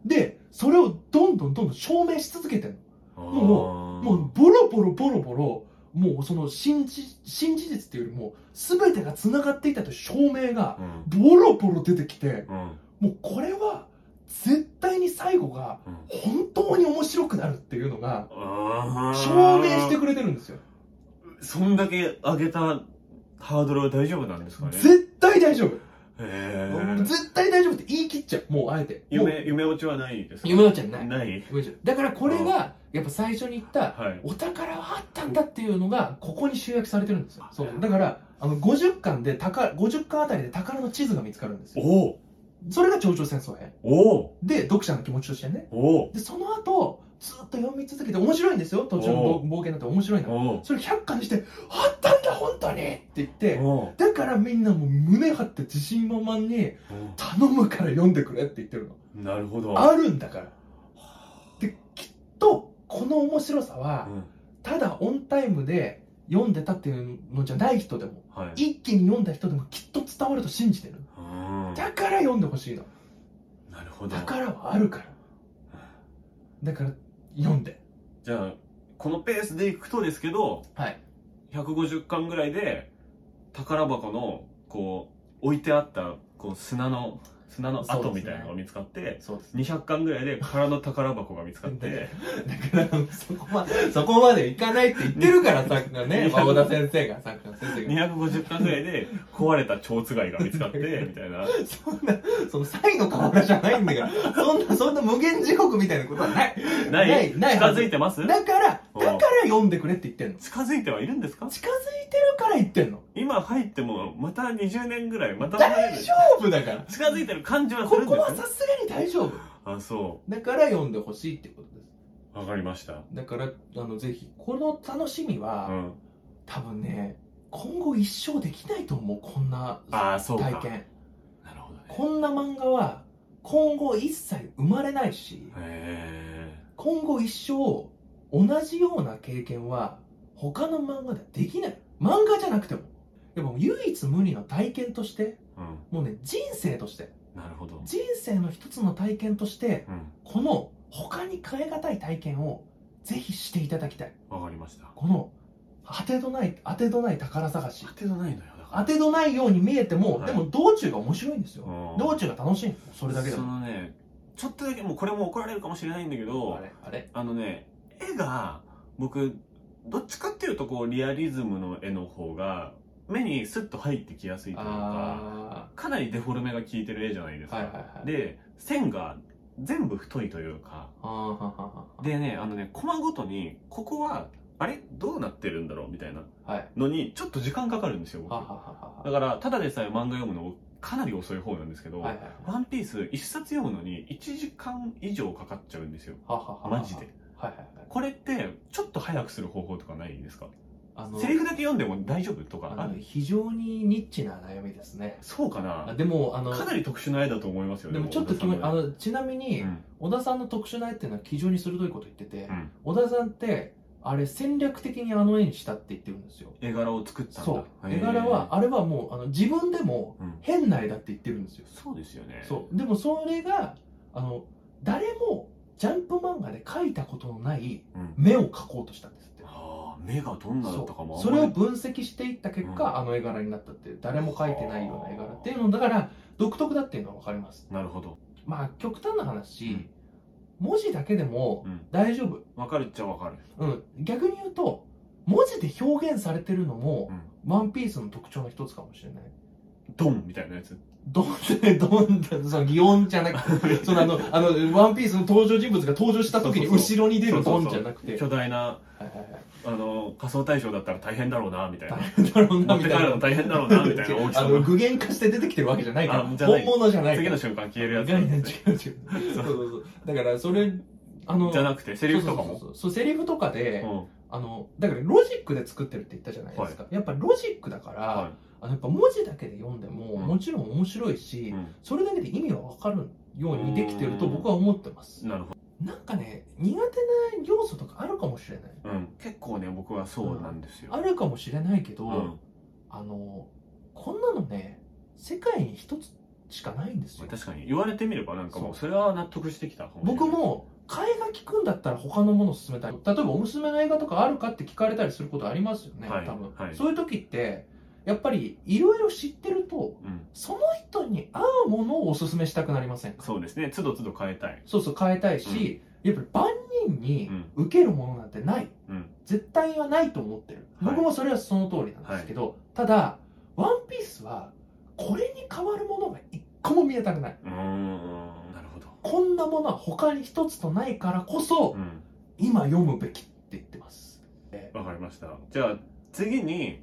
S2: でそれをどんどんどんどん証明し続けてる
S1: も
S2: の、もうボロボロボロボロもうその新事新事実っていうよりも全てがつながっていたという証明が
S1: うん
S2: ボロボロ出てきて
S1: うん
S2: もうこれは絶対に最後が
S1: うん
S2: 本当に面白くなるっていうのが
S1: あー
S2: 証明してくれてるんですよ
S1: そんだけ上げたハードルは大丈夫なんですかね
S2: 絶対大丈夫
S1: へー
S2: 絶対大丈夫って言い切っちゃうもうあえてもう
S1: 夢夢落ちはないですか
S2: 夢落ちはない
S1: ない
S2: 夢落ちだからこれがやっぱ最初に言った
S1: はい
S2: お宝はあったんだっていうのがここに集約されてるんですよそうだからあの50巻で宝50巻あたりで宝の地図が見つかるんですよ
S1: おう
S2: それが頂上戦争編
S1: おう
S2: で読者の気持ちとしてね
S1: おう
S2: でその後ずっと読み続けて面白いんですよ途中の
S1: お
S2: 冒冒険だって面白いな
S1: おう
S2: それ100巻にしてあったんだ本当にって言って
S1: おう
S2: だからみんなもう胸張って自信満々に頼むから読んでくれって言ってるの
S1: なるほど
S2: あるんだからできっとこの面白さは、
S1: うん
S2: ただオンタイムで読んでたっていうのじゃない人でも
S1: はい
S2: 一気に読んだ人でもきっと伝わると信じてる
S1: うん
S2: だから読んでほしいの
S1: なるほど
S2: だからはあるからだから読んで
S1: じゃあこのペースでいくとですけど
S2: はい
S1: 150巻ぐらいで宝箱のこう置いてあったこう砂の砂の跡みたいなのが見つかって、
S2: そうですね
S1: 200巻ぐらいで空の宝箱が見つか <laughs> って、
S2: <laughs> だからそこまそこまでいかないって言ってるからさっきのね
S1: 200
S2: 孫田先生がさっきの先生が
S1: 250巻ぐらいで壊れた蝶つがいが見つ <laughs> かって、みたいな。
S2: そんなその才の河原じゃないんだからそんなそんな無限地獄みたいなことはない
S1: ない
S2: ない
S1: 近づいてます
S2: だからだから読んでくれって言ってんの
S1: 近づいてはいるんですか
S2: 近づいてるから言ってんの
S1: 今入っても、また20年ぐらい、また離れ
S2: 大
S1: る
S2: 丈夫だから
S1: 近づいてる感じはす
S2: こ
S1: るんで
S2: こは
S1: す
S2: さ
S1: ね。
S2: すがに大丈夫
S1: あ、そ
S2: だから読んでほしいってことです
S1: う。わかりました。
S2: だからあのぜひこの楽しみは、
S1: うん。
S2: 多分ね今後一生できないと思うこんな
S1: あー、そうか。
S2: 体験
S1: なるほどね。
S2: こんな漫画は今後一切生まれないし
S1: へ
S2: 今後一生同じような経験は他の漫画ではできない漫画じゃなくてもでも唯一無二の体験として
S1: ーうん。
S2: もうね人生として
S1: なるほど。
S2: 人生の一つの体験として
S1: うん。
S2: この他に変え難い体験をぜひしていただきたい
S1: わかりました。
S2: この当てどない当てどない宝探し
S1: 当てがないのよ。だから
S2: 当てどないように見えても、
S1: はい
S2: でも道中が面白いんですよ、
S1: うん
S2: 道中が楽しいんですよそれだけで
S1: その
S2: も
S1: ね、ちょっとだけ、もうこれも怒られるかもしれないんだけど、
S2: あれあれ
S1: あのね、絵が、僕、どっちかっていうと、こう、リアリズムの絵の方が、目にスッと入ってきやすいというか、
S2: あ
S1: かなりデフォルメが効いてる絵じゃないです
S2: ー
S1: か。
S2: はいはいはい
S1: で、線が全部太いというか、
S2: あーはははは
S1: でね、あのね、コマごとに、ここは、あれどうなってるんだろうみたいな
S2: はい
S1: のに、ちょっと時間かかるんですよ、僕。
S2: ははは
S1: だ
S2: はは
S1: から、ただでさえ漫画読むの、かなり遅い方なんですけど、
S2: はいはい
S1: ワンピース一冊読むのに1時間以上かかっちゃうんですよ。
S2: はははは
S1: マジで。
S2: はいはいはい
S1: これって、ちょっと早くする方法とかないですか
S2: あの
S1: セリフだけ読んでも大丈夫とか
S2: あ
S1: あ
S2: の
S1: る
S2: 非常にニッチな悩みですね
S1: そうか
S2: あ
S1: な
S2: でもあの
S1: かなり特殊な絵だと思いますよ
S2: でもちょっと気持ちあのちなみに、
S1: うん
S2: 小田さんの特殊な絵っていうのは非常に鋭いこと言ってて、
S1: うん
S2: 小田さんってあれ戦略的にあの絵にしたって言ってるんですよ
S1: 絵柄を作ったんだ
S2: そう
S1: へー
S2: 絵柄はあれはもうあの自分でも
S1: うん
S2: 変な絵だって言ってるんですよ
S1: そうですよね
S2: そうでもそれがあの誰もジャンプ漫画で描いたことのない
S1: うん
S2: 目を描こうとしたんですって
S1: ああ目がどんなだったかも
S2: そ
S1: あ
S2: うんそ
S1: まり
S2: れを分析していった結果、
S1: うん
S2: あの絵柄になったっていう誰も描いてないような絵柄っていうのだから独特だっていうのは分かります
S1: なるほど
S2: まあ極端な
S1: う
S2: 話、
S1: ん
S2: 文字だけでも
S1: うん
S2: 大丈夫、
S1: わかるっちゃわかる
S2: うん、逆に言うと文字で表現されてるのも、
S1: うん
S2: ワンピースの特徴の一つかもしれない
S1: ドンみたいなやつ
S2: どん <laughs> な、どんな、その擬音じゃな
S1: <laughs>
S2: くて、そのあの、あの、ワンピースの登場人物が登場した時に
S1: そうそうそう
S2: 後ろに出
S1: そ
S2: るド
S1: うそ
S2: ン
S1: う
S2: じ
S1: そう
S2: ゃなくて、
S1: 巨大な
S2: はいはいはい
S1: あの仮想大賞だったら大変だろうなみたいな
S2: 大変だろうな、
S1: 持っ
S2: み
S1: て
S2: た
S1: 帰る
S2: いな
S1: の。大変だろうなみたい
S2: <laughs>
S1: な大き
S2: あ
S1: さ
S2: の、
S1: も
S2: 具現化して出てきてるわけじゃないから、
S1: あじゃない
S2: 本物じゃないか
S1: 次
S2: ら。
S1: の瞬間消えるやつ
S2: 違う違う違う。 <laughs> そ
S1: そ
S2: う
S1: う
S2: そうそう。だから、それ、あの、
S1: じゃなくてセリフとかも
S2: そうそうそうそう、セリフとかで、
S1: うん
S2: あの、だからロジックで作ってるって言ったじゃないですか。やっぱロジックだから、
S1: は
S2: あのやっぱ文字だけで読んでも、
S1: うん
S2: もちろん面白いし、
S1: いうん
S2: それだけで意味が分かるようにできてると僕は思ってます
S1: なるほど
S2: なんかね苦手な要素とかあるかもしれない
S1: うん結構ね僕はそうなんですよ
S2: あるかもしれないけど、
S1: うん
S2: あのこんなのね世界に一つしかないんですよ
S1: 確かに言われてみればなんかもう
S2: そ
S1: それは納得してきたかしれない
S2: 僕も替えが利くんだったら他のものを勧めたい例えばおすすめの映画とかあるかって聞かれたりすることありますよね、
S1: はい
S2: 多分、
S1: はい
S2: そういう時ってやっぱりいろいろ知ってると
S1: うん
S2: その人に合うものをおすすめしたくなりませんか
S1: そうですねつどつど変えたい
S2: そうそう変えたいし、やっぱり万人に
S1: うん
S2: 受けるものなんてない、
S1: うん
S2: 絶対はないと思ってる、
S1: はい
S2: 僕もそれはその通りなんですけど、ただ「ワンピースはこれに変わるものが一個も見えたくないう
S1: ーんなるほど
S2: こんなものは他に一つとないからこそ
S1: うん
S2: 今読むべきって言ってます
S1: わかりましたじゃあ次に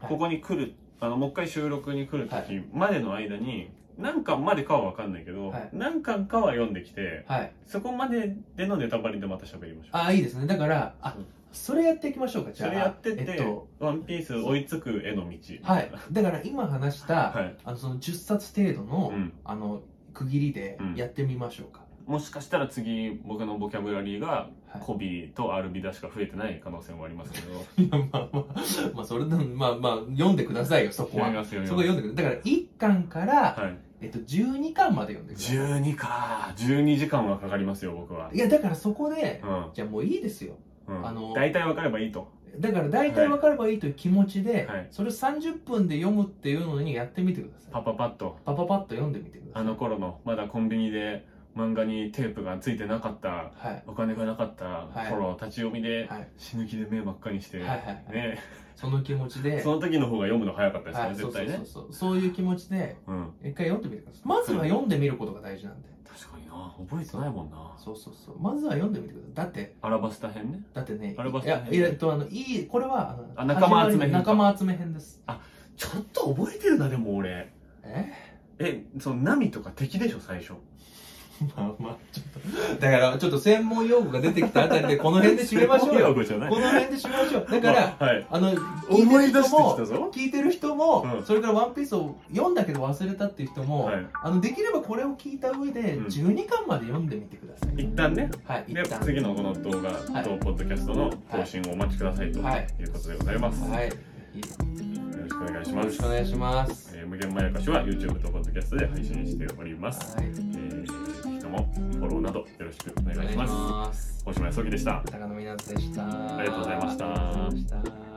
S2: はい
S1: ここに来る、あのもう一回収録に来る時までの間に、何巻までかは分かんないけど、
S2: はい
S1: 何巻かは読んできて
S2: はい
S1: そこまででのネタバレでまた喋りましょう
S2: ああいいですねだからあ
S1: うん
S2: それやっていきましょうかじゃ
S1: そ
S2: あ
S1: れやってて、
S2: えっと
S1: ワンピース追いつく絵の道
S2: はい、だから今話した、
S1: はい
S2: あのその10冊程度の,、
S1: うん、
S2: あの区切りでやってみましょうか、 <laughs>
S1: もしかしたら次僕のボキャブラリーが
S2: はい
S1: コビーとアルビダしか増えてない可能性もありますけ
S2: <laughs>
S1: ど
S2: いや、まあまあ、まあ、それでも、まあまあ、読んでくださいよ、そこ
S1: 読み
S2: は。
S1: ますよ
S2: そこは
S1: 読み
S2: 読んでください。だから、1巻から、
S1: ますはい
S2: えっと、12巻まで読んでください。
S1: 12か12時間はかかりますよ僕はい
S2: や、だからそこで、
S1: うん
S2: じゃあもういいですよ。
S1: うん
S2: あの
S1: 大体分かればいいと
S2: だから大体分かればいいという気持ちで、
S1: はい
S2: それを30分で読むっていうのにやってみてくださ
S1: パ
S2: い
S1: パパッと
S2: パパパッと読んでみてくださ
S1: あ
S2: い
S1: の頃のまだコンビニで漫画にテープがついてなかった
S2: はい
S1: お金がなかった頃、立ち読みで、
S2: はい
S1: 死ぬ気で目真っ赤にして、
S2: はいはいはい
S1: ね
S2: その気持ちで
S1: その時の方が読むの早かったですね、
S2: はい、そ
S1: 絶
S2: うそう
S1: 対
S2: そ
S1: ね
S2: うそうそういう気持ちで
S1: うん
S2: 一回読んでみてくださいまずは読んでみることが大事なんで
S1: 確かにな覚えてないもんな
S2: そうそうそうまずは読んでみてくださいだって
S1: アラバスタ編ね
S2: だってね
S1: あれバス
S2: いやいやえっとあのいいこれはの
S1: あ仲間集め編か
S2: 仲間集め編です
S1: ちょっと覚えてるなでも俺
S2: え
S1: えその波とか敵でしょ最初
S2: まあまあちょっとだからちょっと専門用語が出てきたあたりでこの辺で締めましょうよ
S1: よじゃない
S2: この辺で締めましょうだか
S1: ま
S2: ら、
S1: あはい
S2: あの
S1: 思
S2: 聞
S1: い
S2: い
S1: 出
S2: てる
S1: してきた
S2: 人も
S1: ぞ
S2: 聞いてる人も、
S1: うん
S2: それから「ワンピースを読んだけど忘れたっていう人も、
S1: はい
S2: あのできればこれを聞いた上で
S1: うん
S2: 12巻まで読んでみてください、
S1: 一旦ね
S2: はい
S1: で
S2: 一旦
S1: 次のこの動画
S2: い
S1: とポッドキャストの更新をお待ちくださいと
S2: はい
S1: いうことでございます、
S2: はい
S1: よ
S2: よ
S1: ろしくお願いしま
S2: ろし
S1: す
S2: くお願いします、
S1: えー無限まやかしは YouTube とポッドキャストで配信しております、
S2: はい
S1: えー、ぜひともフォローなどよろしくお
S2: お
S1: 願い
S2: 願い
S1: し
S2: し
S1: ます
S2: ます
S1: 大島康之でした
S2: 高野湊でした
S1: ありがとうございました
S2: ありがとうございました